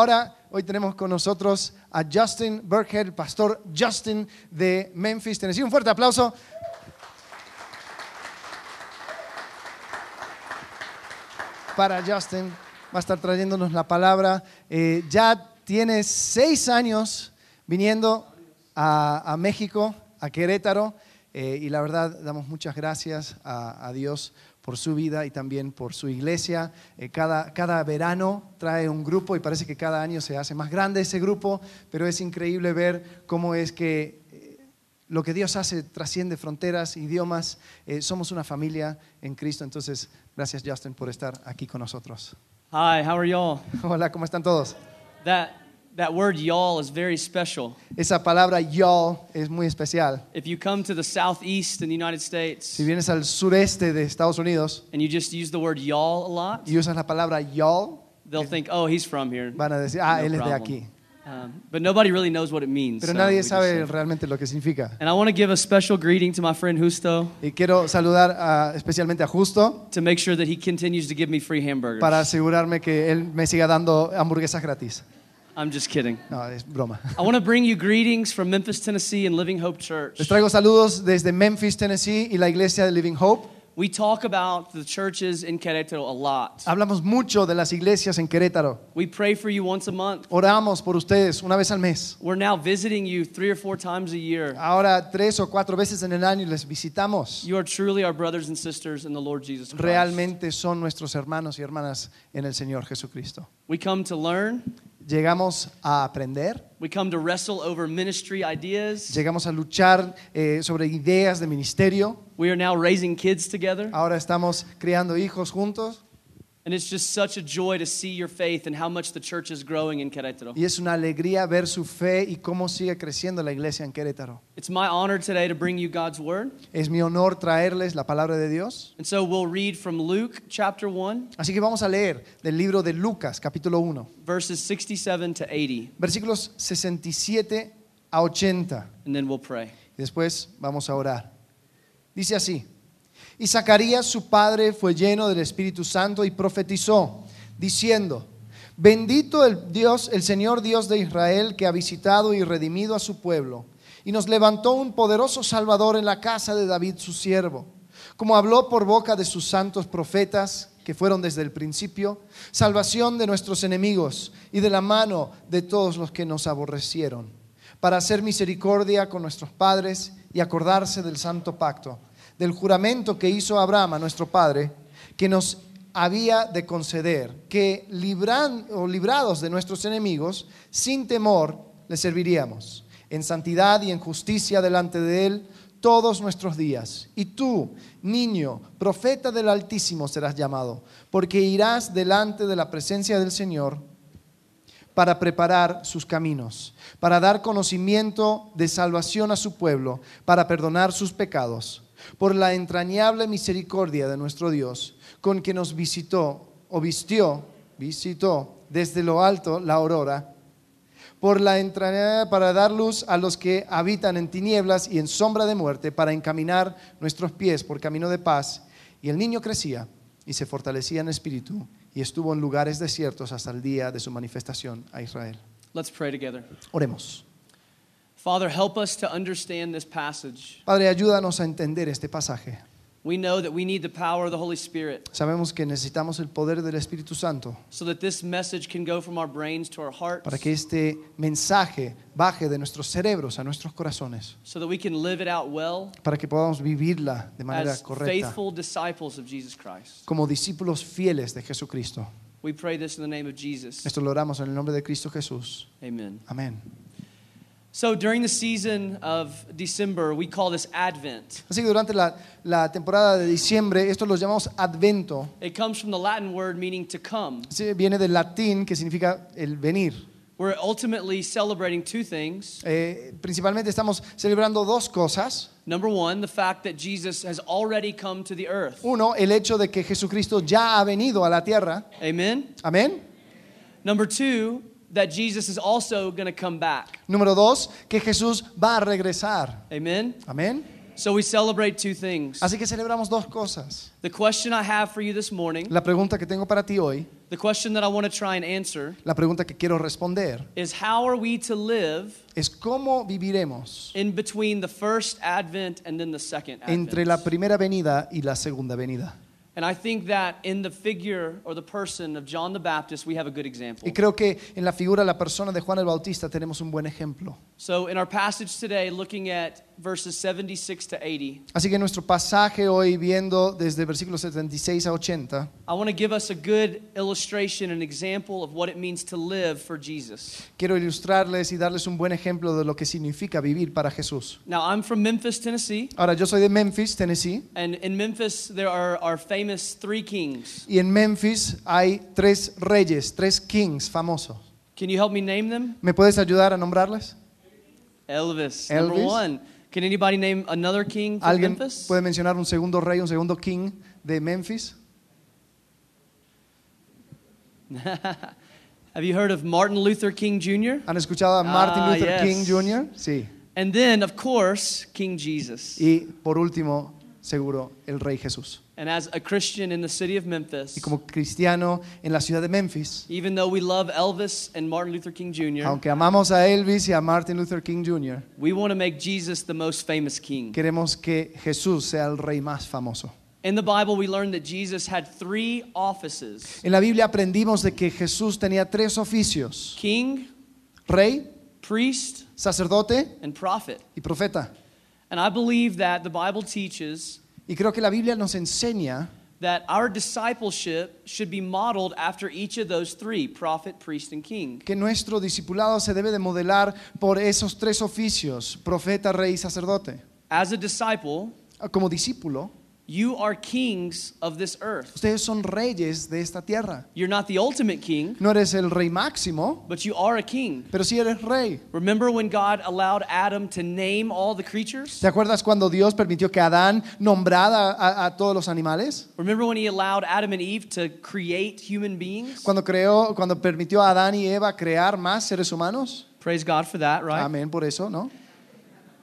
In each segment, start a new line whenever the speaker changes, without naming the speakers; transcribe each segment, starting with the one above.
Ahora, hoy tenemos con nosotros a Justin Burkhead, pastor Justin de Memphis, Tennessee. Un fuerte aplauso. Para Justin, va a estar trayéndonos la palabra. Eh, ya tiene seis años viniendo a, a México, a Querétaro, eh, y la verdad damos muchas gracias a, a Dios por su vida y también por su iglesia. Eh, cada, cada verano trae un grupo y parece que cada año se hace más grande ese grupo, pero es increíble ver cómo es que eh, lo que Dios hace trasciende fronteras, idiomas. Eh, somos una familia en Cristo. Entonces, gracias Justin por estar aquí con nosotros.
Hi, how are y'all?
Hola, ¿cómo están todos?
That that word y'all is very special.
Esa palabra y'all es muy especial.
If you come to the southeast in the United States
Si vienes al sureste de Estados Unidos
and you just use the word y'all a lot,
y usas la palabra y'all,
they'll think, "Oh, he's from here."
van a decir, ah,
No
él es de
problem.
aquí.
Um, but nobody really knows what it means.
Pero
so we
nadie
just say
sabe
it.
realmente lo que significa.
And I want to give a special greeting to my friend Justo
Y quiero saludar a- especialmente a Justo
to make sure that he continues to give me free hamburgers.
para asegurarme que él me siga dando hamburguesas gratis.
I'm just kidding.
No, es broma.
I want to bring you greetings from Memphis, Tennessee and Living Hope Church.
Les traigo saludos desde Memphis, Tennessee y la iglesia de Living Hope.
We talk about the churches in Querétaro a lot.
Hablamos mucho de las iglesias en Querétaro.
We pray for you once a month.
Oramos por ustedes una vez al mes.
We're now visiting you three or four times a year.
Ahora tres o cuatro veces en el año les visitamos.
You are truly our brothers and sisters in the Lord Jesus Christ.
Realmente son nuestros hermanos y hermanas en el Señor Jesucristo.
We come to learn.
Llegamos a aprender,
We come to wrestle over ministry ideas.
llegamos a luchar eh, sobre ideas de ministerio.
We are now raising kids together.
Ahora estamos criando hijos juntos
And it's just such a joy to see your faith and how much the church is growing in Querétaro.
y es una alegría ver su fe y cómo sigue creciendo la iglesia en Querétaro.
It's my honor today to bring you God's word.
Es mi honor traerles la palabra de Dios.
And so we'll read from Luke chapter 1,
Así que vamos a leer del libro de Lucas, capítulo 1,
verses 67 to 80,
versículos 67 a 80.
and then we'll pray.
Y Después vamos a orar. Dice así, y Zacarías su padre fue lleno del Espíritu Santo y profetizó, diciendo, bendito el Dios, el Señor Dios de Israel, que ha visitado y redimido a su pueblo, y nos levantó un poderoso Salvador en la casa de David su siervo, como habló por boca de sus santos profetas, que fueron desde el principio, salvación de nuestros enemigos y de la mano de todos los que nos aborrecieron para hacer misericordia con nuestros padres y acordarse del santo pacto, del juramento que hizo Abraham a nuestro padre, que nos había de conceder, que libran, o librados de nuestros enemigos, sin temor le serviríamos, en santidad y en justicia delante de él todos nuestros días. Y tú, niño, profeta del Altísimo serás llamado, porque irás delante de la presencia del Señor para preparar sus caminos, para dar conocimiento de salvación a su pueblo, para perdonar sus pecados, por la entrañable misericordia de nuestro Dios, con que nos visitó o vistió, visitó desde lo alto la aurora, por la entrañable para dar luz a los que habitan en tinieblas y en sombra de muerte, para encaminar nuestros pies por camino de paz. Y el niño crecía y se fortalecía en espíritu y estuvo en lugares desiertos hasta el día de su manifestación a Israel.
Let's pray together.
Oremos.
Father, help us to understand this passage.
Padre, ayúdanos a entender este pasaje.
We know that we need the power of the Holy Spirit
Sabemos que necesitamos el poder del Espíritu Santo
so that this message can go from our brains to our hearts,
para que este mensaje baje de nuestros cerebros a nuestros corazones,
so that we can live it out well
para que podamos vivirla de manera
as
correcta
faithful disciples of Jesus Christ.
como discípulos fieles de Jesucristo.
We pray this in the name of Jesus.
Esto lo oramos en el nombre de Cristo Jesús.
Amen.
Amén.
So during the season of December, we call this Advent.
Así que durante la, la temporada de diciembre, esto lo llamamos Advento.
It comes from the Latin word meaning to come.
Sí, Viene del latín que significa el venir.
We're ultimately celebrating two things.
Eh, principalmente estamos celebrando dos cosas.
Number one, the fact that Jesus has already come to the earth.
Uno, el hecho de que Jesucristo ya ha venido a la tierra.
Amen.
Amén.
Number two, that Jesus is also going to come back.
Número dos, que Jesús va a regresar.
Amen.
Amén.
So we celebrate two things.
Así que celebramos dos cosas.
The question I have for you this morning,
La pregunta que tengo para ti hoy,
the question that I want to try and answer,
la pregunta que quiero responder,
is how are we to live
es cómo viviremos
in between the first advent and then the second advent?
entre la primera venida y la segunda venida.
and I think that in the figure or the person of John the Baptist, we have a good example.
Y creo que en la figura, la persona de Juan el Bautista tenemos un buen ejemplo.
So in our passage today, looking at verses 76 to 80,
Así que nuestro pasaje hoy, viendo desde versículos 76 a 80,
I want to give us a good illustration, an example of what it means to live for Jesus.
quiero ilustrarles y darles un buen ejemplo de lo que significa vivir para Jesús.
Now, I'm from Memphis, Tennessee,
Ahora, yo soy de Memphis, Tennessee,
and in Memphis, there are our famous three kings.
y en Memphis hay tres reyes, tres kings famosos.
Can you help me name them?
¿Me puedes ayudar a nombrarles?
Elvis, number
Elvis.
one. Can anybody name another king from
¿Alguien
Memphis?
puede mencionar un segundo rey, un segundo king de Memphis?
Have you heard of Martin Luther King Jr.?
¿Han escuchado a Martin
Ah,
Luther
yes.
King Jr.? Sí.
And then, of course, King Jesus.
Y por último, seguro, el rey Jesús.
And as a Christian in the city of Memphis,
Y como cristiano en la ciudad de Memphis,
even though we love Elvis and Martin Luther King Jr.,
aunque amamos a Elvis y a Martin Luther King Jr.,
we want to make Jesus the most famous king.
queremos que Jesús sea el rey más famoso.
In the Bible, we learn that Jesus had three offices
En la Biblia aprendimos de que Jesús tenía tres oficios,
king,
rey,
priest,
sacerdote
and prophet.
y profeta.
And I believe that the Bible teaches
Y creo que la Biblia nos enseña
that our discipleship should be modeled after each of those three prophet, priest, and king.
que nuestro discipulado se debe de modelar por esos tres oficios, profeta, rey y sacerdote.
As a disciple,
Como discípulo,
you are kings of this earth.
ustedes son reyes de esta tierra.
You're not the ultimate king,
No eres el rey máximo,
but you are a king.
pero sí eres rey.
Remember when God allowed Adam to name all the creatures?
¿Te acuerdas cuando Dios permitió que Adán nombrara a, a todos los animales?
Remember when he allowed Adam and Eve to create human beings?
Cuando creó, cuando permitió a Adán y Eva crear más seres humanos.
Praise God for that, right?
Amén por eso, ¿no?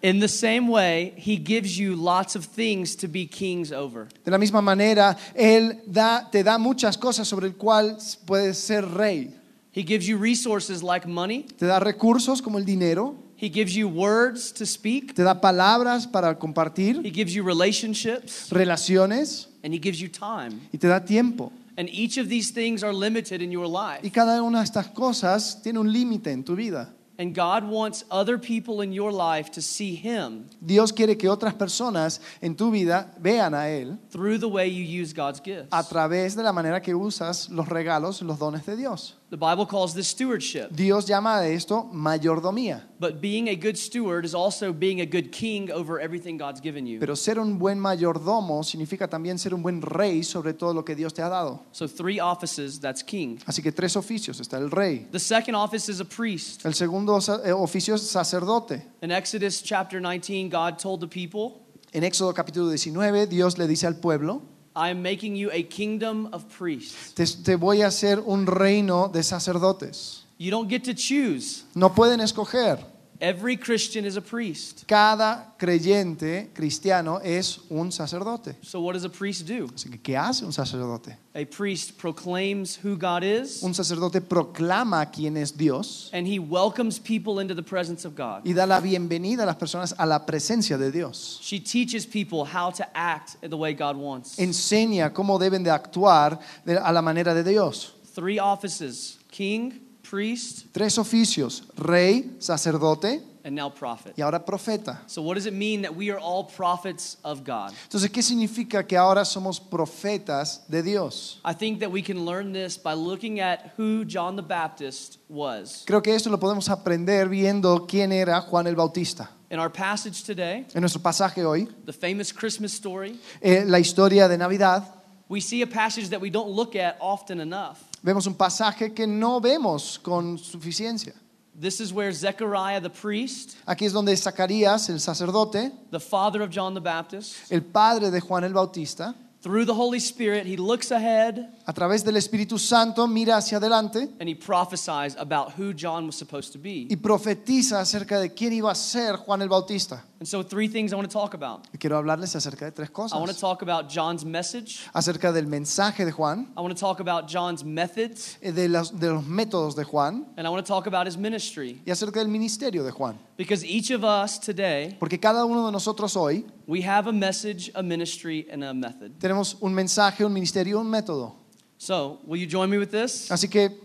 In the same way, he gives you lots of things to be kings over.
De la misma manera, él da, te da muchas cosas sobre el cual puedes ser rey.
He gives you resources like money,
Te da recursos como el dinero,
he gives you words to speak,
te da palabras para compartir,
he gives you relationships,
relaciones
and he gives you time.
y te da tiempo.
And each of these things are limited in your
Y
life.
cada una de estas cosas tiene un límite en tu vida.
And God wants other people in your life to see him
Dios quiere que otras personas en tu vida vean a Él
through the way you use God's gifts.
a través de la manera que usas los regalos, los dones de Dios.
The Bible calls this stewardship.
Dios llama a esto mayordomía,
But being a good steward is also being a good king over everything God's given you.
pero ser un buen mayordomo significa también ser un buen rey sobre todo lo que Dios te ha dado.
So, three offices that's king.
Así que tres oficios, está el rey.
The second office is a priest.
El segundo sa- eh, oficio es sacerdote.
In Exodus chapter 19, God told the people,
En Éxodo capítulo 19, Dios le dice al pueblo,
I am making you a kingdom of priests.
te, te voy a hacer un reino de sacerdotes.
You don't get to choose.
No pueden escoger.
Every Christian is a priest.
Cada creyente cristiano es un sacerdote.
So, what does a priest do?
Así que, ¿qué hace un sacerdote?
A priest proclaims who God is,
Un sacerdote proclama quién es Dios
and he welcomes people into the presence of God.
y da la bienvenida a las personas a la presencia de Dios.
She teaches people how to act in the way God wants.
Enseña cómo deben de actuar de- a la manera de Dios.
Three offices king, priest,
Tres oficios, rey, sacerdote
and now prophet.
y ahora profeta.
So, what does it mean that we are all prophets of God?
Entonces, ¿qué significa que ahora somos profetas de Dios?
I think that we can learn this by looking at who John the Baptist was.
Creo que esto lo podemos aprender viendo quién era Juan el Bautista.
In our passage today,
En nuestro pasaje hoy,
the famous Christmas story,
eh, la historia de Navidad,
we see a passage that we don't look at often enough.
vemos un pasaje que no vemos con suficiencia.
This is where Zechariah the priest,
Aquí es donde Zacarías, el sacerdote,
the father of John the Baptist,
el padre de Juan el Bautista,
through the Holy Spirit, he looks ahead
a través del Espíritu Santo mira hacia adelante
and he prophesies about who John was supposed to
y
be.
profetiza acerca de quién iba a ser Juan el Bautista.
And so, three things I want to talk about
Y quiero hablarles acerca de tres
I want to
cosas.
talk about John's message,
Acerca del mensaje de Juan,
I want to talk about John's methods,
eh, de los, de los métodos de Juan
and I want to talk about his ministry.
y acerca del ministerio de Juan.
Because each of us today,
Porque cada uno de nosotros hoy
we have a message, a ministry, and a method.
tenemos un mensaje, un ministerio, un método.
So, will you join me with this?
Así que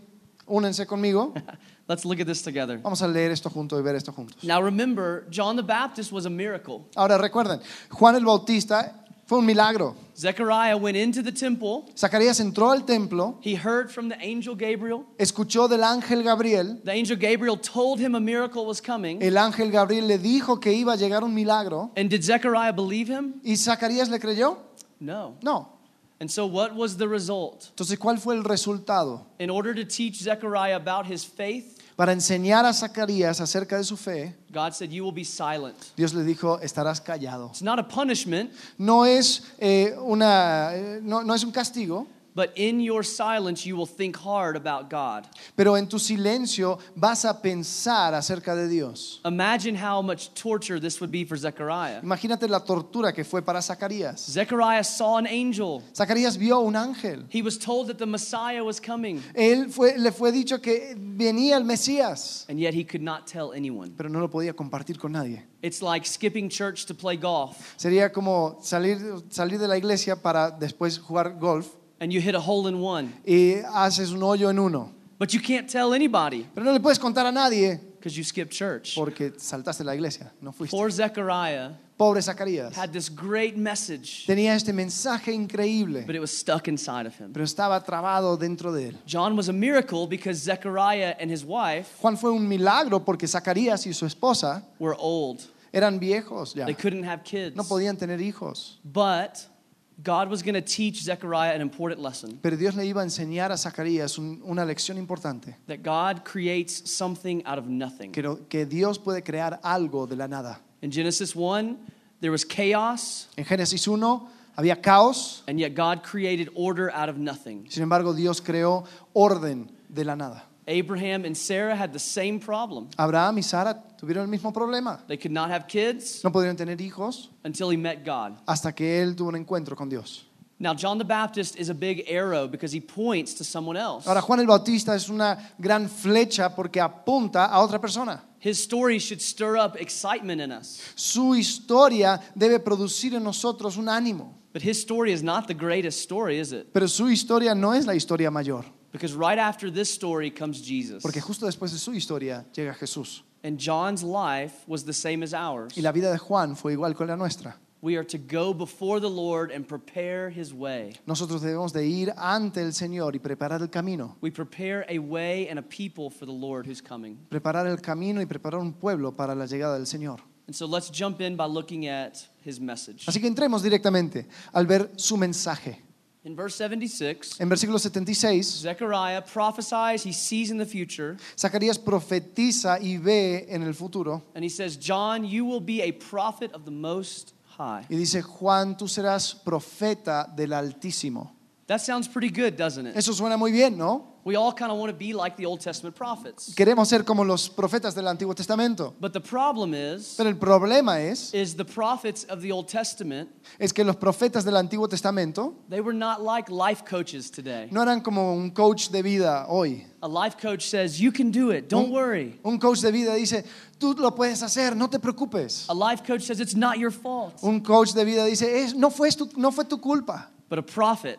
únense conmigo.
Let's look at this together.
Vamos a leer esto juntos y ver esto juntos.
Now, remember, John the Baptist was a miracle.
Ahora recuerden, Juan el Bautista fue un milagro.
Zechariah went into the temple,
Zacarías entró al templo,
he heard from the angel Gabriel.
escuchó del ángel Gabriel.
The angel Gabriel told him a miracle was coming.
El ángel Gabriel le dijo que iba a llegar un milagro.
And did Zechariah believe him?
¿Y Zacarías le creyó?
No.
No.
And so, what was the result?
Entonces, ¿cuál fue el resultado?
In order to teach Zechariah about his faith,
Para enseñar a Zacarías acerca de su fe,
God said, You will be silent.
Dios le dijo, estarás callado.
It's not a punishment,
No es, eh, una, eh, no, no es un castigo,
but in your silence, you will think hard about God.
pero en tu silencio vas a pensar acerca de Dios.
Imagine how much torture this would be for Zechariah.
Imagínate la tortura que fue para Zacarías.
Zechariah saw an angel.
Zacarías vio un ángel.
He was told that the Messiah was coming,
Él fue, le fue dicho que venía el Mesías,
and yet he could not tell anyone.
pero no lo podía compartir con nadie.
It's like skipping church to play golf,
Sería como salir, salir de la iglesia para después jugar golf
and you hit a hole in one,
y haces un hoyo en uno.
but you can't tell anybody
Pero no le puedes contar a nadie
because you skipped church.
porque saltaste la iglesia, no fuiste.
Poor Zechariah
Pobre Zacarías.
had this great message,
Tenía este mensaje increíble,
but it was stuck inside of him.
pero estaba trabado dentro de él.
John was a miracle because Zechariah and his wife
Juan fue un milagro porque Zacarías y su esposa
were old.
eran viejos ya.
They couldn't have kids.
No podían tener hijos.
But God was going to teach Zechariah an important lesson
Pero Dios le iba a enseñar a Zacarías un- una lección importante,
that God creates something out of nothing.
que, no- que Dios puede crear algo de la nada.
In Genesis 1, there was chaos,
En Génesis 1 había caos,
and yet God created order out of nothing.
Sin embargo, Dios creó orden de la nada.
Abraham and Sarah had the same problem.
Abraham y Sara tuvieron el mismo problema.
They could not have kids
No pudieron tener hijos
until he met God.
hasta que él tuvo un encuentro con Dios.
Now, John the Baptist is a big arrow because he points to someone else.
Ahora, Juan el Bautista es una gran flecha porque apunta a otra persona.
His story should stir up excitement in us,
Su historia debe producir en nosotros un ánimo,
but his story is not the greatest story, is it?
pero su historia no es la historia mayor,
Because right after this story comes Jesus.
porque justo después de su historia llega Jesús.
And John's life was the same as ours.
Y la vida de Juan fue igual que la nuestra.
We are to go before the Lord and prepare his way.
Nosotros debemos de ir ante el Señor y preparar el camino.
We prepare a way and a people for the Lord who's coming.
preparar el camino y preparar un pueblo para la llegada del Señor.
And so let's jump in by looking at his message.
Así que entremos directamente al ver su mensaje.
In verse 76,
En versículo 76,
Zechariah prophesies, he sees in the future,
Zacarías profetiza y ve en el futuro
and he says, John, you will be a prophet of the Most High.
y dice, Juan, tú serás profeta del Altísimo.
That sounds pretty good, doesn't it?
Eso suena muy bien, ¿no?
We all kind of want to be like the Old Testament prophets.
Queremos ser como los profetas del Antiguo Testamento.
But the problem is,
Pero el problema es,
is the prophets of the Old Testament
es que los profetas del Antiguo Testamento
They were not like life coaches today.
no eran como un coach de vida hoy.
A life coach says, You can do it, don't
Un-
worry.
Un coach de vida dice, tú lo puedes hacer, no te preocupes.
A life coach says, It's not your fault.
Un coach de vida dice, "Es- no, fue tu, no fue tu culpa.
But a prophet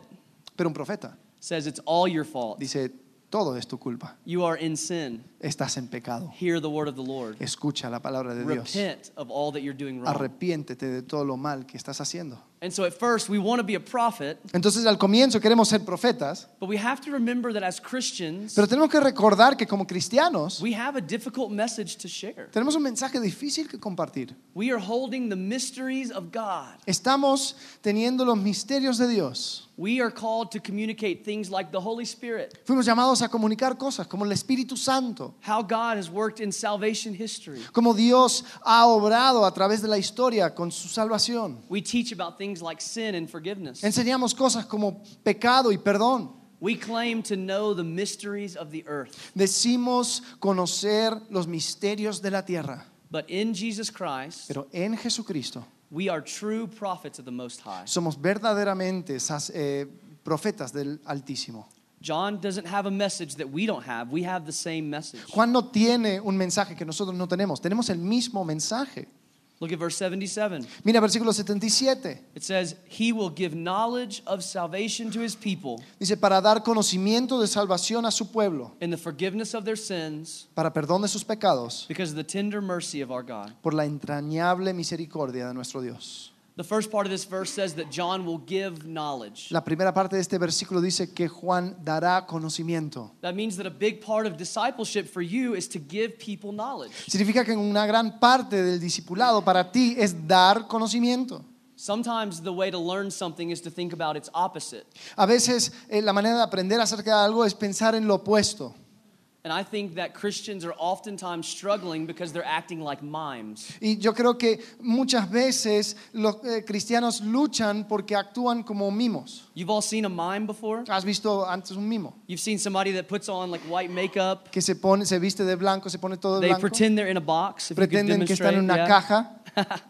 Pero un profeta
says, It's all your fault.
dice, todo es tu culpa.
You are in sin.
Estás en pecado.
Hear the word of the Lord.
Escucha la palabra de Dios.
Repent of all that you're doing wrong.
Arrepiéntete de todo lo mal que estás haciendo.
And so at first, we want to be a prophet,
Entonces al comienzo queremos ser profetas,
but we have to remember that as Christians,
pero tenemos que recordar que como cristianos
we have a difficult message to share.
tenemos un mensaje difícil que compartir.
We are holding the mysteries of God.
Estamos teniendo los misterios de Dios.
We are called to communicate things like the Holy Spirit,
Fuimos llamados a comunicar cosas como el Espíritu Santo,
how God has worked in salvation history.
como Dios ha obrado a través de la historia con su salvación.
We teach about things like sin and forgiveness.
Enseñamos cosas como pecado y perdón,
We claim to know the mysteries of the earth,
Decimos conocer los misterios de la tierra,
but in Jesus Christ,
pero en Jesucristo
we are true prophets of the Most High.
somos verdaderamente esas, eh, profetas del Altísimo.
John doesn't have a message that we don't have. We have the same message.
Juan no tiene un mensaje que nosotros no tenemos, tenemos el mismo mensaje.
Look at verse 77.
Mira versículo 77,
It says, He will give knowledge of salvation to His people
dice, para dar conocimiento de salvación a su pueblo,
in the forgiveness of their sins
para perdón de sus pecados,
because of the tender mercy of our God.
por la entrañable misericordia de nuestro Dios.
The first part of this verse says that John will give knowledge.
La primera parte de este versículo dice que Juan dará conocimiento.
That means that a big part of discipleship for you is to give people knowledge.
Significa que una gran parte del discipulado para ti es dar conocimiento.
Sometimes the way to learn something is to think about its opposite.
A veces eh, la manera de aprender acerca de algo es pensar en lo opuesto.
And I think that Christians are oftentimes struggling because they're acting like mimes.
Y yo creo que muchas veces los eh, cristianos luchan porque actúan como mimos.
You've all seen a mime before?
¿Has visto antes un mimo?
You've seen somebody that puts on like white makeup.
Que se pone, se viste de blanco, se pone todo de
They
blanco.
pretend they're in a box. If you could
pretenden que están en una
demonstrate,
caja,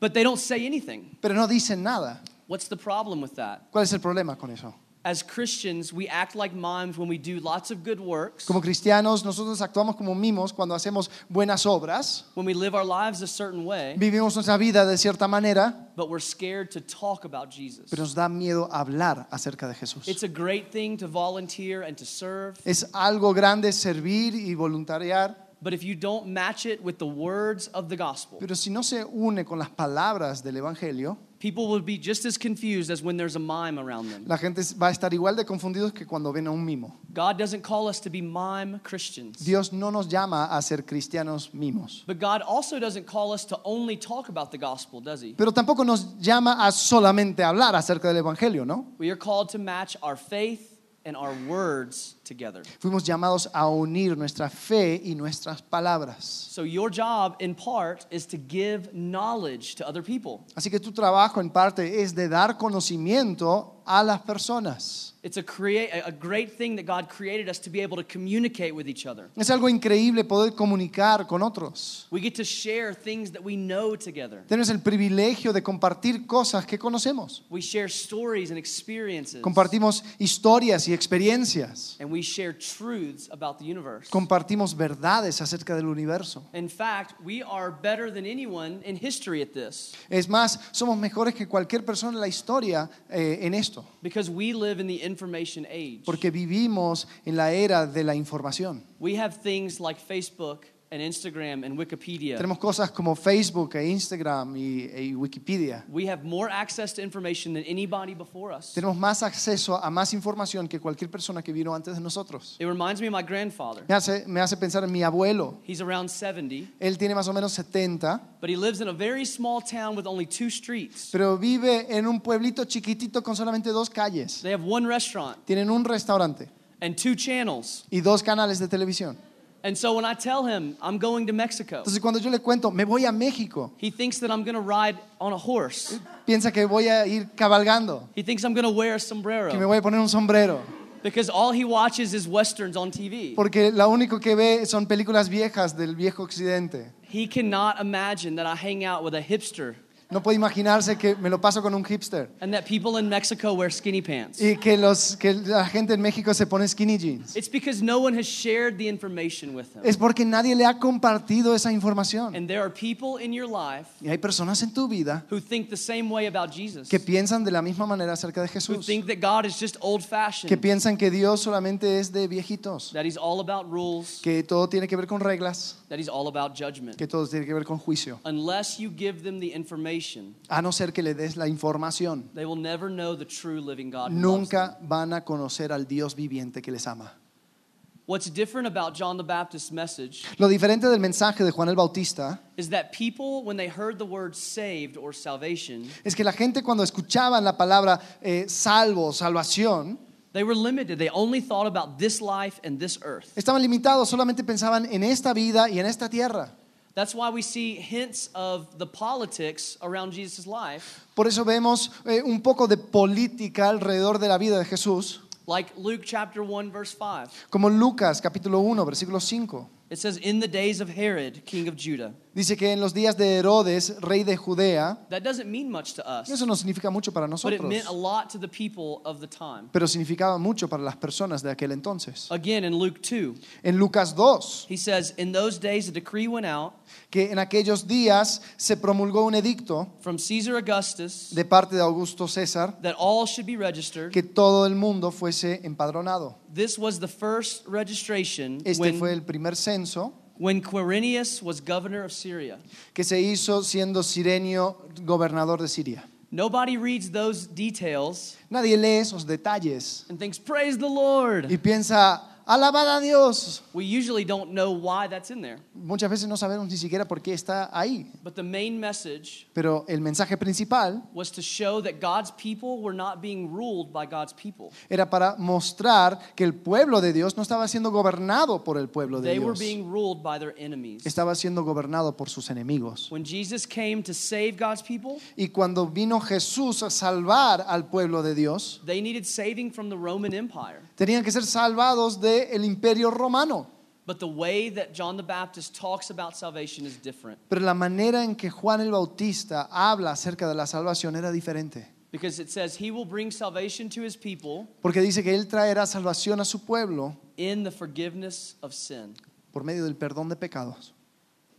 But they don't say anything.
pero no dicen nada.
What's the problem with that?
¿Cuál es el problema con eso?
As Christians, we act like mimes when we do lots of good works,
Como cristianos, nosotros actuamos como mimos cuando hacemos buenas obras,
when we live our lives a certain way,
vivimos nuestra vida de cierta manera,
but we're scared to talk about Jesus.
pero nos da miedo hablar acerca de Jesús.
It's a great thing to volunteer and to serve,
Es algo grande servir y voluntariar,
but if you don't match it with the words of the gospel,
pero si no se une con las palabras del Evangelio,
people will be just as confused as when there's a mime around them.
la gente va a estar igual de confundidos que cuando ven a un mimo.
God doesn't call us to be mime Christians,
Dios no nos llama a ser cristianos mimos,
but God also doesn't call us to only talk about the gospel, does He?
pero tampoco nos llama a solamente hablar acerca del Evangelio, ¿no?
We are called to match our faith and our words together.
Fuimos llamados a unir nuestra fe y nuestras palabras.
So, your job in part is to give knowledge to other people.
Así que tu trabajo en parte es de dar conocimiento a las personas.
It's a, create, a great thing that God created us to be able to communicate with each other.
Es algo increíble poder comunicar con otros.
We get to share things that we know together.
Tienes el privilegio de compartir cosas que conocemos.
We share stories and experiences.
Compartimos historias y experiencias.
And we share truths about the universe.
Compartimos verdades acerca del universo.
In fact, we are better than anyone in history at this
Es más, somos mejores que cualquier persona en la historia eh, en esto,
because we live in the information age.
porque vivimos en la era de la información.
We have things like Facebook and Instagram and Wikipedia.
Tenemos cosas como Facebook e Instagram y- y Wikipedia.
We have more access to information than anybody before us.
Tenemos más acceso a más información que cualquier persona que vino antes de nosotros.
It reminds me of my grandfather.
Me hace, me hace pensar en mi abuelo.
He's around 70,
Él tiene más o menos 70,
but he lives in a very small town with only two streets.
pero vive en un pueblito chiquitito con solamente dos calles.
They have one restaurant
Tienen un restaurante
and two channels.
y dos canales de televisión.
And so when I tell him I'm going to Mexico,
Entonces cuando yo le cuento, me voy a México,
he thinks that I'm going to ride on a horse.
piensa que voy a ir cabalgando,
He thinks I'm going to wear a
que me
sombrero
voy a poner un sombrero,
because all he watches is westerns on TV.
porque lo único que ve son películas viejas del viejo occidente.
He cannot imagine that I hang out with a hipster
No puede imaginarse que me lo paso con un hipster
and that people in Mexico wear skinny pants.
y que, los, que la gente en México se pone skinny jeans.
It's because no one has shared the information with him.
Es porque nadie le ha compartido esa información.
And there are people in your life
Y hay personas en tu vida
who think the same way about Jesus,
que piensan de la misma manera acerca de
who
Jesús,
think that God is just old
que
fashioned,
piensan que Dios solamente es de viejitos,
that he's all about rules,
que todo tiene que ver con reglas,
that he's all about judgment.
que todo tiene que ver con juicio.
Unless you give them the information,
A no ser que le des la información,
they will never know the true living God. who loves them.
nunca van a conocer al Dios viviente que les ama.
What's different about John the Baptist's message
Lo diferente del mensaje de Juan el Bautista
is that people, when they heard the word saved or salvation,
es que la gente cuando escuchaban la palabra eh, salvo, salvación,
they were limited. They only thought about this life and this earth.
estaban limitados, solamente pensaban en esta vida y en esta tierra.
That's why we see hints of the politics around Jesus' life
Por eso vemos eh, un poco de política alrededor de la vida de Jesús,
like Luke chapter 1, verse 5.
Como Lucas capítulo 1, versículo 5.
It says, In the days of Herod, king of Judah.
Dice que en los días de Herodes, rey de Judea,
That doesn't mean much to us,
eso no significa mucho para
but it meant a
nosotros,
lot to the people of the time.
pero significaba mucho para las personas de aquel entonces.
Again, in Luke 2,
En Lucas 2,
he says, In those days a decree went out
que en aquellos días se promulgó un edicto
from Caesar Augustus
de parte de Augusto César
that all should be registered.
que todo el mundo fuese empadronado.
This was the first registration
Este fue
when,
el primer censo
when Quirinius was governor of Syria.
que se hizo siendo Sirenio gobernador de Siria.
Nobody reads those details
Nadie lee esos detalles
and thinks, Praise the Lord.
y piensa, alabada a Dios.
We usually don't know why that's in there.
Muchas veces no sabemos ni siquiera por qué está ahí,
But the main message
pero el mensaje principal
was to show that God's people were not being ruled by God's people.
era para mostrar que el pueblo de Dios no estaba siendo gobernado por el pueblo de
They were
Dios,
being ruled by their enemies.
estaba siendo gobernado por sus enemigos.
When Jesus came to save God's people,
Y cuando vino Jesús a salvar al pueblo de Dios,
they needed saving from the Roman Empire.
tenían que ser salvados del imperio romano.
But the way that John the Baptist talks about salvation is different
Pero la manera en que Juan el Bautista habla acerca de la salvación era diferente.
because it says he will bring salvation to his people
Porque dice que Él traerá salvación a su pueblo
in the forgiveness of sin.
por medio del perdón de pecados.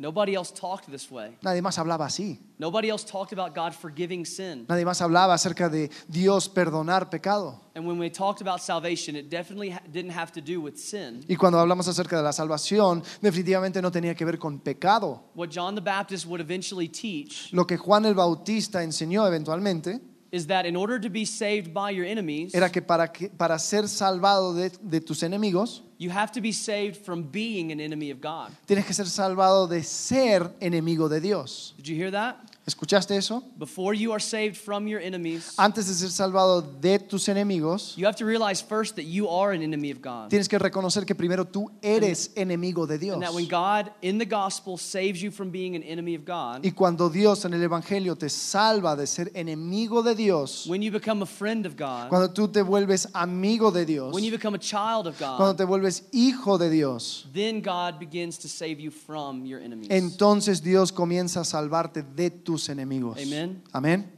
Nobody else talked this way.
Nadie más hablaba así.
Nobody else talked about God forgiving sin.
Nadie más hablaba acerca de Dios perdonar pecado.
And when we talked about salvation, it definitely ha- didn't have to do with sin.
Y cuando hablamos acerca de la salvación, definitivamente no tenía que ver con pecado.
What John the Baptist would eventually teach
Lo que Juan el Bautista enseñó eventualmente
is that in order to be saved by your enemies,
era que para, que- para ser salvado de, de tus enemigos,
you have to be saved from being an enemy of God.
tienes que ser salvado de ser enemigo de Dios.
Did you hear that?
¿Escuchaste eso?
Before you are saved from your enemies,
Antes de ser salvado de tus enemigos,
you have to realize first that you are an enemy of God.
tienes que reconocer que primero tú eres enemigo de Dios.
And that when God in the gospel saves you from being an enemy of God,
Y cuando Dios en el Evangelio te salva de ser enemigo de Dios,
when you become a friend of God,
Cuando tú te vuelves amigo de Dios,
when you become a child of
cuando
God,
te vuelves hijo de Dios,
then God begins to save you from your enemies.
entonces Dios comienza a salvarte de tus enemigos.
Amen.
Amén.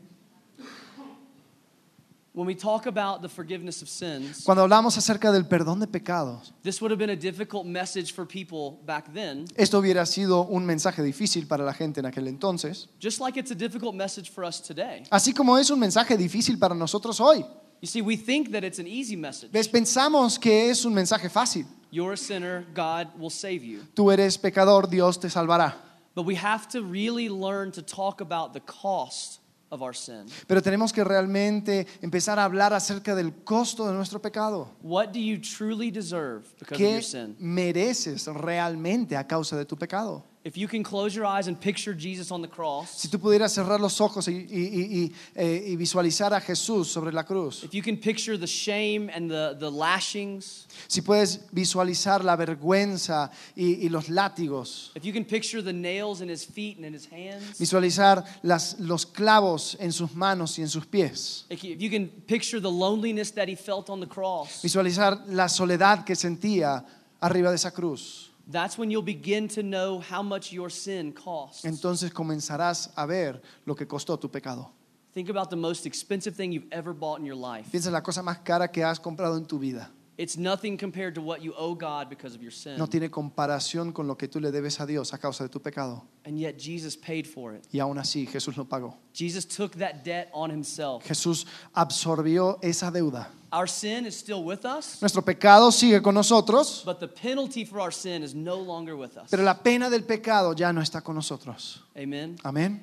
When we talk about the forgiveness of sins,
Cuando hablamos acerca del perdón de pecados,
this would have been a difficult message for people back then,
esto hubiera sido un mensaje difícil para la gente en aquel entonces,
just like it's a difficult message for us today.
así como es un mensaje difícil para nosotros hoy.
You see, we think that it's an easy message.
¿Ves? Pensamos que es un mensaje fácil.
You're a sinner, God will save you.
Tú eres pecador, Dios te salvará.
But we have to really learn to talk about the cost of our sin.
Pero tenemos que realmente empezar a hablar acerca del costo de nuestro pecado.
What do you truly deserve because of your
¿Qué
sin?
mereces realmente a causa de tu pecado?
If you can close your eyes and picture Jesus on the
Si
cross,
tú pudieras cerrar los ojos y, y- y- y, eh, y visualizar a Jesús sobre la cruz,
if you can picture the shame and the, the lashings,
si puedes visualizar la vergüenza y, y los látigos,
if you can picture the nails in his feet and in his hands,
visualizar las- los clavos en sus manos y en sus pies,
If you if you can picture the loneliness that he felt on the cross,
visualizar la soledad que sentía arriba de esa cruz,
that's when you'll begin to know how much your sin costs.
entonces comenzarás a ver lo que costó tu pecado.
Think about the most expensive thing you've ever bought in your life.
Piensa en la cosa más cara que has comprado en tu vida.
It's nothing compared to what you owe God because of your sin.
No tiene comparación con lo que tú le debes a Dios a causa de tu pecado.
And yet Jesus paid for it.
Y aún así Jesús lo pagó.
Jesus took that debt on himself.
Jesús absorbió esa deuda.
Our sin is still with us,
Nuestro pecado sigue con nosotros,
but the penalty for our sin is no longer with us.
pero la pena del pecado ya no está con nosotros.
Amen.
Amén.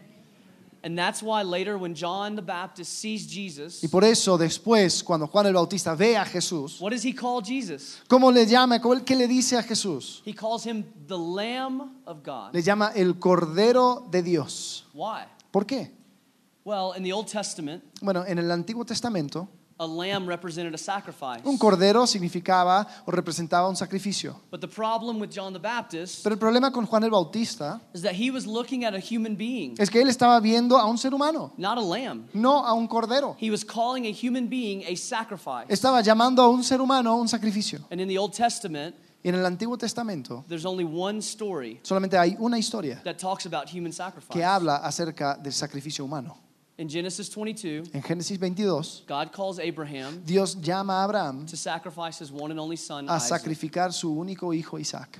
And that's why later when John the Baptist sees Jesus,
Y por eso después, cuando Juan el Bautista ve a Jesús,
what does he call Jesus?
¿cómo le llama? ¿Cómo- ¿Qué le dice a Jesús?
He calls him the Lamb of God.
Le llama el Cordero de Dios.
Why?
¿Por qué?
Well, in the Old Testament,
Bueno, en el Antiguo Testamento,
a lamb represented a sacrifice.
Un cordero significaba o representaba un sacrificio.
But the problem with John the Baptist
Pero el problema con Juan el Bautista
is that he was looking at a human being,
es que él estaba viendo a un ser humano,
not a lamb.
no a un cordero.
He was calling a human being a sacrifice.
Estaba llamando a un ser humano un sacrificio.
And in the Old Testament,
Y en el Antiguo Testamento
there's only one story
solamente hay una historia
that talks about human
que
sacrifice.
habla acerca del sacrificio humano.
In Genesis 22,
En Génesis 22,
God calls Abraham
Dios llama a Abraham
to sacrifice his one and only son,
a
Isaac.
sacrificar su único hijo Isaac.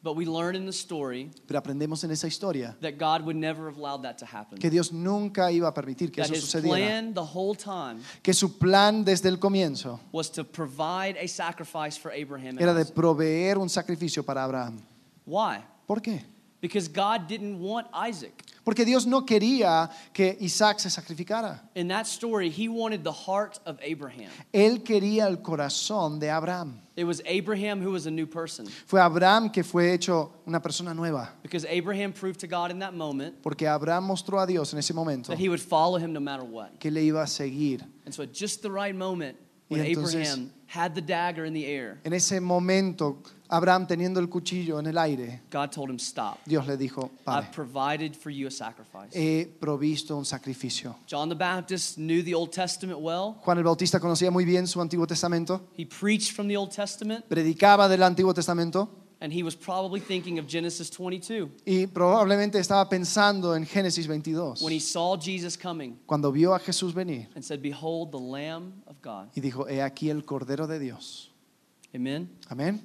But we learn in the story
Pero aprendemos en esa historia
that God would never have allowed that to happen.
que Dios nunca iba a permitir que
That
eso
his
sucediera.
plan the whole time
Que su plan desde el comienzo
was to provide a sacrifice for Abraham. And
era de
Isaac.
proveer un sacrificio para Abraham.
Why?
¿Por qué?
Because God didn't want Isaac.
Porque Dios no quería que Isaac se sacrificara.
In that story, he wanted the heart of Abraham.
Él quería el corazón de Abraham.
It was Abraham who was a new person.
Fue Abraham que fue hecho una persona nueva.
Because Abraham proved to God in that moment
Porque Abraham mostró a Dios en ese momento
that he would follow him no matter what.
que le iba a seguir.
And so, at just the right moment, when
Y entonces-
Abraham had the dagger in the air,
En ese momento, Abraham teniendo el cuchillo en el aire,
God told him, Stop.
Dios le dijo,
I've
Padre,
provided for you a sacrifice.
he provisto un sacrificio.
John the Baptist knew the Old Testament well.
Juan el Bautista conocía muy bien su Antiguo Testamento,
He preached from the Old Testament,
predicaba del Antiguo Testamento
and he was probably thinking of Genesis 22
y probablemente estaba pensando en Génesis 22,
when he saw Jesus coming
cuando vio a Jesús venir
and said, Behold, the Lamb of God.
y dijo, he aquí el Cordero de Dios.
Amen.
Amén.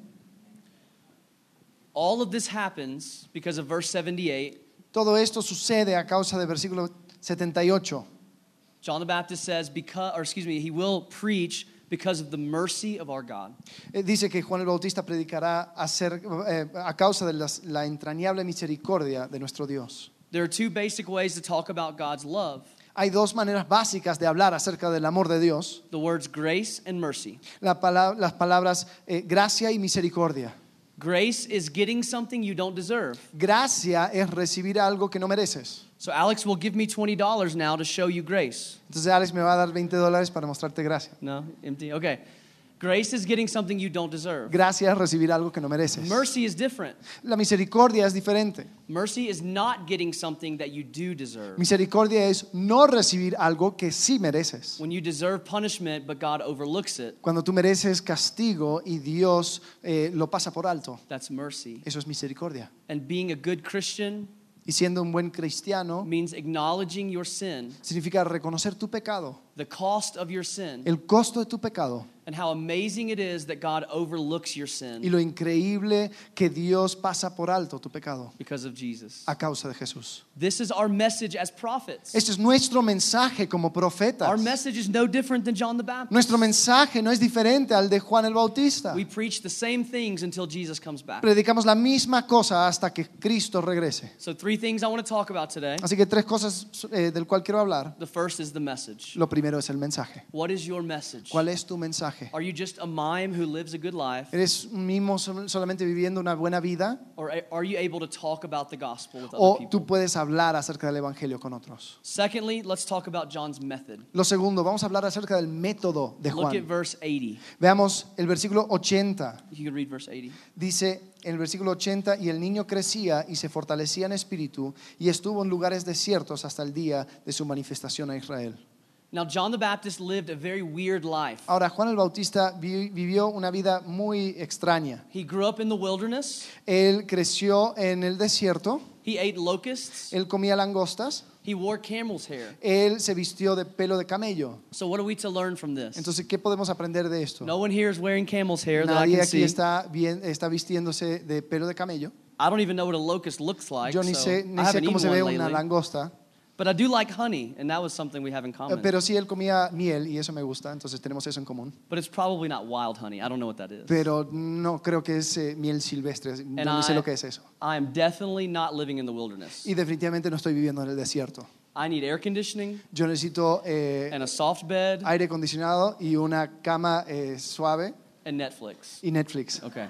All of this happens because of verse 78.
Todo esto sucede a causa del versículo 78.
John the Baptist says, because, or excuse me, he will preach because of the mercy of our God.
Eh, Dice que Juan el Bautista predicará acer- eh, a causa de las- la entrañable misericordia de nuestro Dios.
There are two basic ways to talk about God's love
Hay dos maneras básicas de hablar acerca del amor de Dios.
the words grace and mercy.
La pala- las palabras eh, gracia y misericordia.
Grace is getting something you don't deserve.
Gracia es recibir algo que no mereces.
So Alex will give me $20 now to show you grace.
Entonces Alex me va a dar 20 dólares para mostrarte gracia.
No? Empty? Okay. Grace is getting something you don't deserve.
Gracia es recibir algo que no mereces.
Mercy is different.
La misericordia es diferente.
Mercy is not getting something that you do deserve.
Misericordia es no recibir algo que sí mereces.
When you deserve punishment, but God overlooks it,
Cuando tú mereces castigo y Dios eh, lo pasa por alto,
that's mercy.
eso es misericordia.
And being a good Christian
Y siendo un buen cristiano
means acknowledging your sin,
significa reconocer tu pecado,
the cost of your sin,
el costo de tu pecado
and how amazing it is that God overlooks your
y
sin
lo increíble que Dios pasa por alto tu pecado
because of Jesus.
a causa de Jesús.
This is our message as prophets.
Este es nuestro mensaje como profetas.
Our message is no different than John the Baptist.
Nuestro mensaje no es diferente al de Juan el Bautista.
We preach the same things until Jesus comes back.
Predicamos la misma cosa hasta que Cristo regrese.
So, three things I want to talk about today.
Así que tres cosas eh, del cual quiero hablar.
The first is the message.
Lo primero es el mensaje.
What is your message?
¿Cuál es tu mensaje?
Are you just a mime who lives a good life,
¿Eres un mimo sol- solamente viviendo una buena vida?
or a- are you able to talk about the gospel with other
¿O tú
people?
puedes hablar acerca del Evangelio con otros?
Secondly, let's talk about John's method.
Lo segundo, vamos a hablar acerca del método de
Look at
Juan.
verse 80.
Veamos el versículo 80.
You can read verse 80.
Dice en el versículo 80, y el niño crecía y se fortalecía en espíritu y estuvo en lugares desiertos hasta el día de su manifestación a Israel.
Now, John the Baptist lived a very weird life.
Ahora, Juan el Bautista vi- vivió una vida muy extraña.
He grew up in the wilderness,
Él creció en el desierto,
he ate locusts,
él comía langostas,
he wore camel's hair.
él se vistió de pelo de camello.
So, what are we to learn from this?
Entonces, ¿qué podemos aprender de esto?
No one here is wearing camel's hair that I
Nadie
can
aquí
see.
está, bien, está vistiéndose de pelo de camello.
I don't even know what a locust looks like.
Yo ni
so
sé, ni
I
sé
haven't
cómo
eaten
se
one
ve una
lately.
langosta,
But I do like honey, and that was something we have in
eh,
common.
pero sí él comía miel y eso me gusta, entonces tenemos eso en común.
but it's probably not wild honey. I don't know what that is.
Pero no creo que es eh, miel silvestre, no
And
ni sé
I-
lo que es eso.
I am definitely not living in the wilderness.
Y definitivamente no estoy viviendo en el desierto.
I need air conditioning
Yo necesito eh,
and a soft bed
aire acondicionado y una cama eh, suave
and Netflix.
y Netflix.
Okay.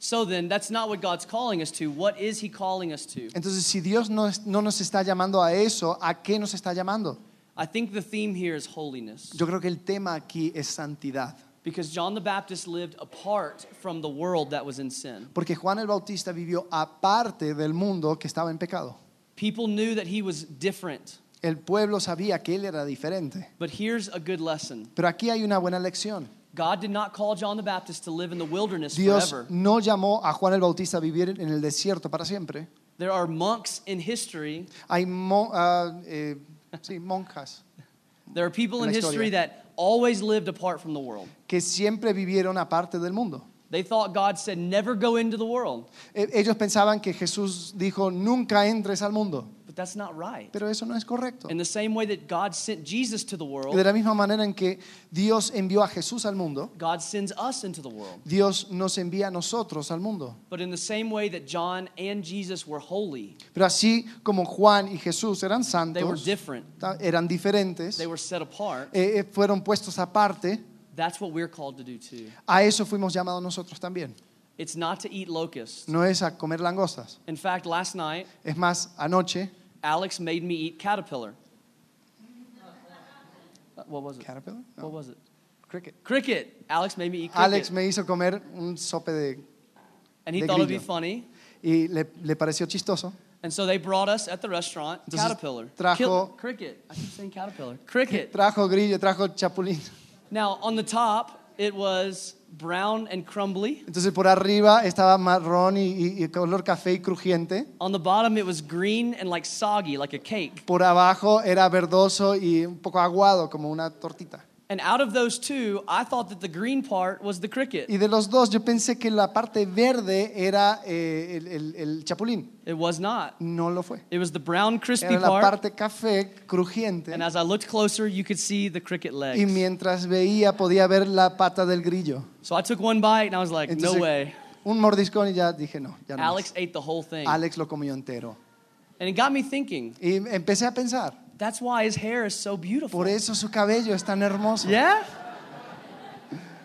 So then, that's not what God's calling us to. What is He calling us to?
Entonces, si Dios no, es- no nos está llamando a eso, ¿a qué nos está llamando?
I think the theme here is holiness.
Yo creo que el tema aquí es santidad.
Because John the Baptist lived apart from the world that was in sin.
Porque Juan el Bautista vivió aparte del mundo que estaba en pecado.
People knew that he was different.
El pueblo sabía que él era diferente.
But here's a good lesson
Pero aquí hay una buena lección.
God did not call John the Baptist to live in the wilderness
Dios
forever.
no llamó a Juan el Bautista a vivir en el desierto para siempre.
There are monks in history,
Hay mon- ah, eh, sí, monjas
there are people in
En la historia.
history that always lived apart from the world.
que siempre vivieron aparte del mundo.
They thought God said, never go into the world.
E- Ellos pensaban que Jesús dijo, nunca entres al mundo.
But that's not right.
Pero eso no es correcto.
In the same way that God sent Jesus to the
De
world,
la misma manera en que Dios envió a Jesús al mundo,
God sends us into the world.
Dios nos envía a nosotros al mundo.
But in the same way that John and Jesus were holy,
Pero así como Juan y Jesús eran
they were
santos,
different,
ta- eran diferentes,
they were set apart.
eh, eh, fueron puestos aparte,
That's what we're called to do too.
a eso fuimos llamados nosotros también.
It's not to eat locusts.
No es a comer langostas.
In fact, last night,
Es más, anoche,
Alex made me eat caterpillar. Uh, What was it?
Caterpillar? No,
What was it?
cricket.
Cricket. Alex made me eat cricket.
Alex me hizo comer un sope de...
and he
de
thought it would be
grillo.
funny.
y le, le pareció chistoso.
And so they brought us at the restaurant
Entonces,
caterpillar.
trajo-
cricket. I keep saying caterpillar. Cricket.
Trajo grillo, trajo chapulín.
Now, on the top, it was brown and crumbly.
Entonces por arriba estaba marrón y, y- y color café y crujiente.
On the bottom, it was green and like soggy, like a cake.
Por abajo era verdoso y un poco aguado, como una tortita.
And out of those two, I thought that the green part was the cricket.
Y de los dos, yo pensé que la parte verde era eh, el, el- el chapulín.
It was not.
No lo fue.
It was the brown, crispy
Era la
part.
parte café crujiente.
And as I looked closer, you could see the cricket
Y
legs.
mientras veía, podía ver la pata del grillo.
So I took one bite and I was like, no
Entonces,
way.
un mordiscón y ya dije, no, ya no. más.
Alex ate the whole thing.
Alex lo comió entero.
And it got me thinking
Y empecé a pensar,
that's why his hair is so beautiful.
por eso su cabello es tan hermoso.
Yeah?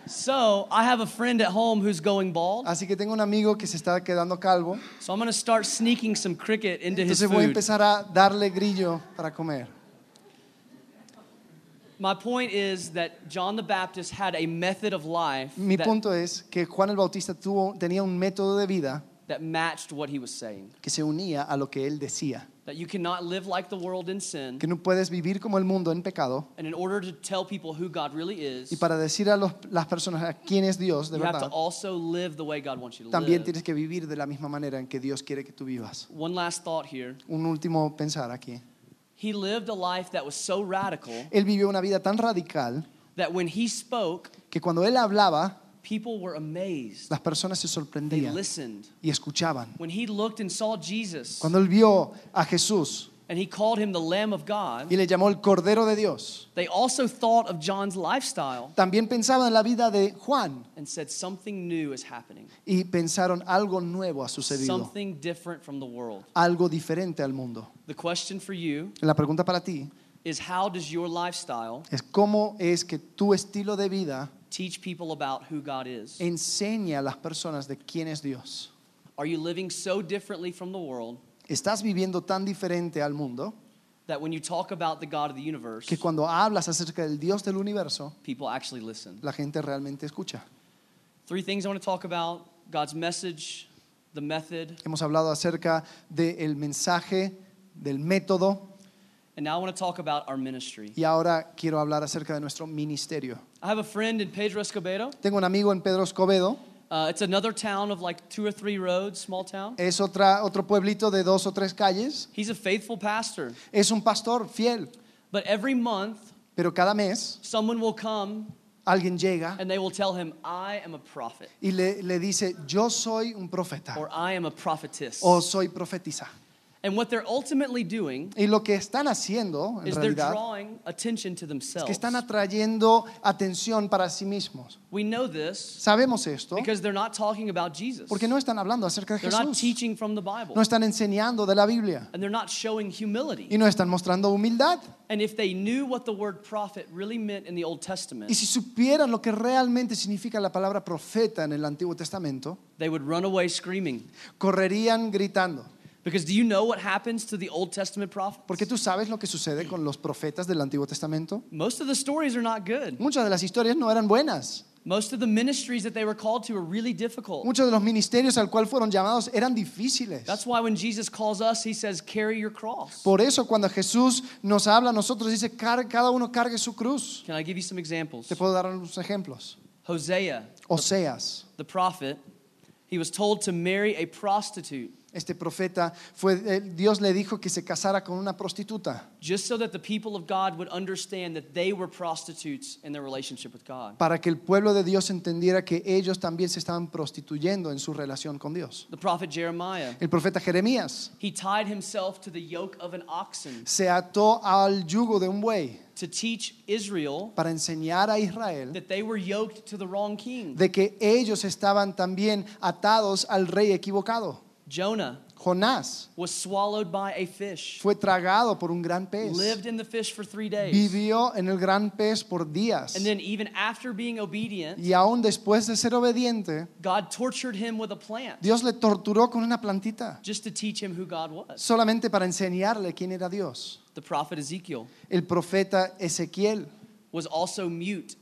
So I have a friend at home who's going bald.
Así que tengo un amigo que se está quedando calvo.
So I'm going to start sneaking some cricket into his
Entonces voy a
food.
empezar a darle grillo para comer.
My point is that John the Baptist had a method of life
Mi
that,
punto es que Juan el Bautista tuvo, tenía un método de vida
that matched what he was saying.
que se unía a lo que él decía.
That you cannot live like the world in sin.
Que no puedes vivir como el mundo en pecado.
And in order to tell people who God really is,
Y para decir a los- las personas a quién es Dios de
you have to
verdad,
also live the way God wants you to
también
live.
tienes que vivir de la misma manera en que Dios quiere que tú vivas.
One last thought here.
Un último pensar aquí.
He lived a life that was so radical
Él vivió una vida tan radical
that when he spoke,
que cuando él hablaba,
people were amazed.
las personas se
They
sorprendían
listened.
y escuchaban.
When he looked and saw Jesus
Cuando él vio a Jesús
and he called him the Lamb of God,
y le llamó el Cordero de Dios,
they also thought of John's lifestyle
también pensaban en la vida de Juan
and said something new is happening,
y pensaron algo nuevo ha sucedido,
something different from the world.
algo diferente al mundo.
The question for you
La pregunta para ti
is how does your lifestyle
es cómo es que tu estilo de vida
teach people about who God is?
enseña a las personas de quién es Dios.
Are you living so differently from the world
Estás viviendo tan diferente al mundo
that when you talk about the God of the universe,
que cuando hablas acerca del Dios del universo,
people actually listen?
la gente realmente escucha.
Three things I want to talk about God's message, the method,
Hemos hablado acerca del mensaje, del método,
and now I want to talk about our ministry.
y ahora quiero hablar acerca de nuestro ministerio.
I have a friend in Pedro Escobedo.
Tengo un amigo en Pedro Escobedo,
Uh, it's another town of like two or three roads, small town.
es otra, otro pueblito de dos o tres calles,
He's a faithful pastor,
es un pastor fiel,
but every month
pero cada mes
someone will come
alguien llega
and they will tell him, I am a prophet,
y le, le dice, yo soy un profeta
or I am a prophetess.
o soy profetiza.
And what they're ultimately doing
Y lo que están haciendo, en
is they're
realidad,
drawing attention to
es
themselves.
que están atrayendo atención para sí mismos.
We know this
Sabemos esto
because they're not talking about Jesus.
porque no están hablando acerca de
They're not
Jesús,
teaching from the Bible.
no están enseñando de la Biblia.
And they're not showing humility.
y no están mostrando humildad.
And if they knew what the word prophet really meant in the Old Testament,
Y si supieran lo que realmente significa la palabra profeta en el Antiguo Testamento,
they would run away screaming.
correrían gritando.
Because do you know what happens to the Old Testament prophets?
Porque tú sabes lo que sucede con los profetas del Antiguo Testamento.
Most of the stories are not good.
Muchas de las historias no eran buenas.
Most of the ministries that they were called to are really difficult.
Muchos de los ministerios al cual fueron llamados eran difíciles.
That's why when Jesus calls us, he says, carry your cross.
Por eso cuando Jesús nos habla a nosotros dice, "Car- cada uno cargue su cruz.
Can I give you some examples?
Te puedo dar unos ejemplos.
Hosea,
Oseas,
the prophet, he was told to marry a prostitute
este profeta, fue, eh, Dios le dijo que se casara con una prostituta
just so that the people of God would understand that they were prostitutes in their relationship with God.
para que el pueblo de Dios entendiera que ellos también se estaban prostituyendo en su relación con Dios.
The prophet Jeremiah,
El profeta Jeremías
he tied himself to the yoke of an oxen
se ató al yugo de un buey
to teach Israel
para enseñar a Israel
that they were yoked to the wrong king.
de que ellos estaban también atados al rey equivocado.
Jonah
Jonás
was swallowed by a fish,
fue tragado por un gran pez.
lived in the fish for three days,
Vivió en el gran pez por días.
and then even after being obedient,
Y aún después de ser obediente,
God tortured him with a plant
Dios le torturó con una plantita,
just to teach him who God was.
solamente para enseñarle quién era Dios.
The prophet Ezekiel
El profeta Ezequiel
was also mute,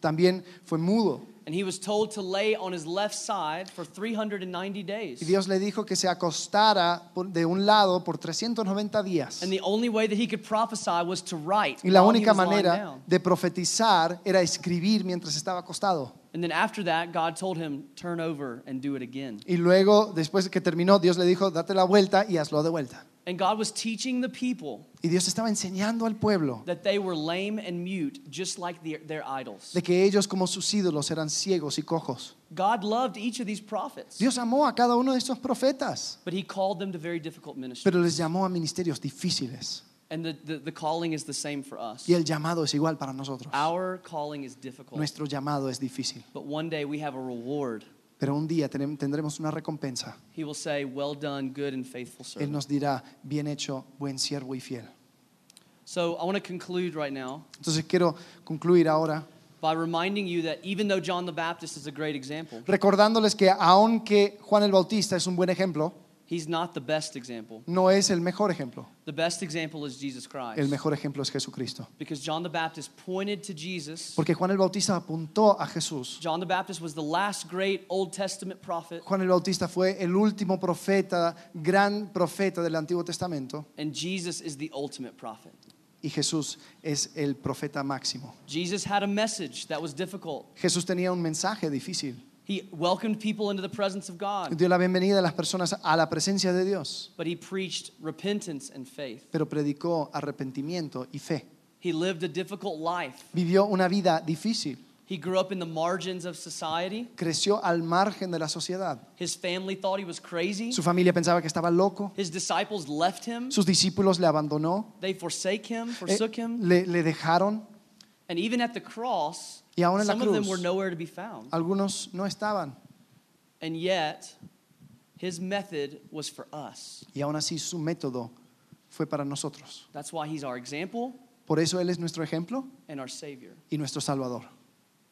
también fue mudo.
and he was told to lay on his left side for 390
Y
days.
Dios le dijo que se acostara por- de un lado por 390 días.
And the only way that he could prophesy was to write.
Y la
while he
única
was lying
manera
down.
de profetizar era escribir mientras estaba acostado.
And then after that, God told him, turn over and do it again.
Y luego, después que terminó, Dios le dijo, date la vuelta y hazlo de vuelta.
And God was teaching the people
Y Dios estaba enseñando al pueblo
that they were lame and mute, just like the- their idols.
de que ellos como sus ídolos eran ciegos y cojos.
God loved each of these prophets,
Dios amó a cada uno de estos profetas,
but he called them to very difficult ministries.
pero les llamó a ministerios difíciles.
And the, the, the calling is the same for us.
Y el llamado es igual para nosotros.
Our calling is difficult,
Nuestro llamado es difícil,
but one day we have a reward.
pero un día tenem- tendremos una recompensa.
He will say, Well done, good and
Él
faithful servant.
nos dirá, bien hecho, buen siervo y fiel.
So I want to conclude right now
Entonces quiero concluir ahora
by reminding you that even though John the Baptist is a great example,
recordándoles que aunque Juan el Bautista es un buen ejemplo,
he's not the best example.
no es el mejor ejemplo.
The best example is Jesus
El
Christ.
mejor ejemplo es Jesucristo.
Because John the Baptist pointed to Jesus.
Porque Juan el Bautista apuntó a Jesús.
John the Baptist was the last great Old Testament prophet,
Juan el Bautista fue el último profeta, gran profeta del Antiguo Testamento,
and Jesus is the ultimate prophet.
y Jesús es el profeta máximo.
Jesus had a message that was difficult.
Jesús tenía un mensaje difícil.
He welcomed people into the presence of God,
Dio la bienvenida a las personas a la presencia de Dios,
but he preached repentance and faith.
pero predicó arrepentimiento y fe.
He lived a difficult life.
Vivió una vida difícil,
He grew up in the margins of society.
creció al margen de la sociedad.
His family thought he was crazy.
Su familia pensaba que estaba loco,
His disciples left him.
sus discípulos le abandonó,
They forsake him,
eh,
forsook him.
le, le dejaron,
And even at the cross,
Y aún en la
some of them
cruz.
were nowhere to be found.
algunos no estaban,
And yet, his method was for us.
y aún así su método fue para nosotros.
That's why he's our example
Por eso Él es nuestro ejemplo
and our Savior.
y nuestro Salvador.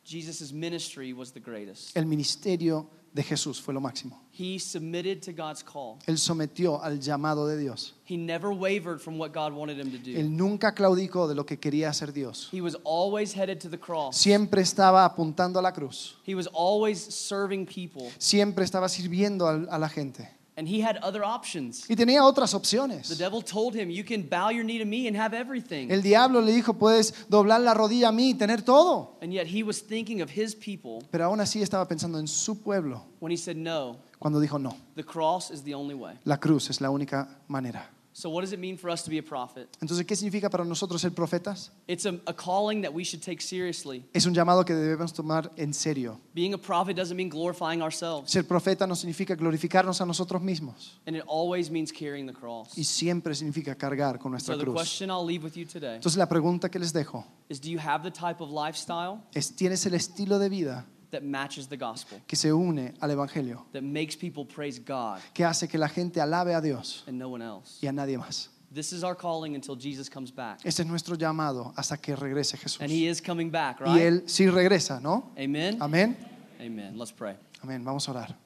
Jesus' ministry was the greatest.
El ministerio de Jesús fue lo máximo.
He submitted to God's call.
Él sometió al llamado de Dios.
He never wavered from what God wanted him to do.
Él nunca claudicó de lo que quería hacer Dios.
He was always headed to the cross.
Siempre estaba apuntando a la cruz.
He was always serving people.
Siempre estaba sirviendo al- a la gente.
And he had other options.
Y tenía otras
The
opciones.
devil told him, You can bow your knee to me and have everything.
El diablo le dijo, puedes doblar la rodilla a mí y tener todo.
And yet he was thinking of his people
Pero aún así estaba pensando en su pueblo
when he said, No,
cuando dijo, no,
the cross is the only way.
la cruz es la única manera.
So, what does it mean for us to be a prophet?
Entonces, ¿qué significa para nosotros ser profetas?
It's a, a calling that we should take seriously.
Es un llamado que debemos tomar en serio.
Being a prophet doesn't mean glorifying ourselves,
Ser profeta no significa glorificarnos a nosotros mismos
and it always means carrying the cross.
y siempre significa cargar con nuestra
So, the
cruz.
question I'll leave with you today
Entonces la pregunta que les dejo
is Do you have the type of lifestyle
es, ¿tienes el estilo de vida
that matches the gospel,
que se une al Evangelio,
that makes people praise God
que hace que la gente alabe a Dios
and no one else?
y a nadie más?
This is our calling until Jesus comes back.
Ese es nuestro llamado hasta que regrese Jesús.
And he is coming back,
Y
right?
Él sí regresa, ¿no?
Amen.
Amén.
Amen. Let's pray.
Amén. Vamos a orar.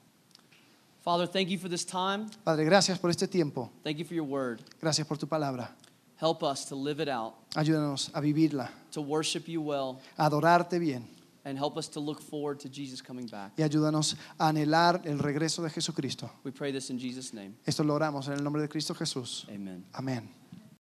Father, thank you for this time.
Padre, gracias por este tiempo.
Thank you for your word.
Gracias por tu palabra.
Help us to live it out,
Ayúdanos a vivirla,
to worship you well,
a adorarte bien
and help us to look forward to Jesus coming back.
y ayúdanos a anhelar el regreso de Jesucristo.
We pray this in Jesus' name.
Esto lo oramos en el nombre de Cristo Jesús.
Amen.
Amén.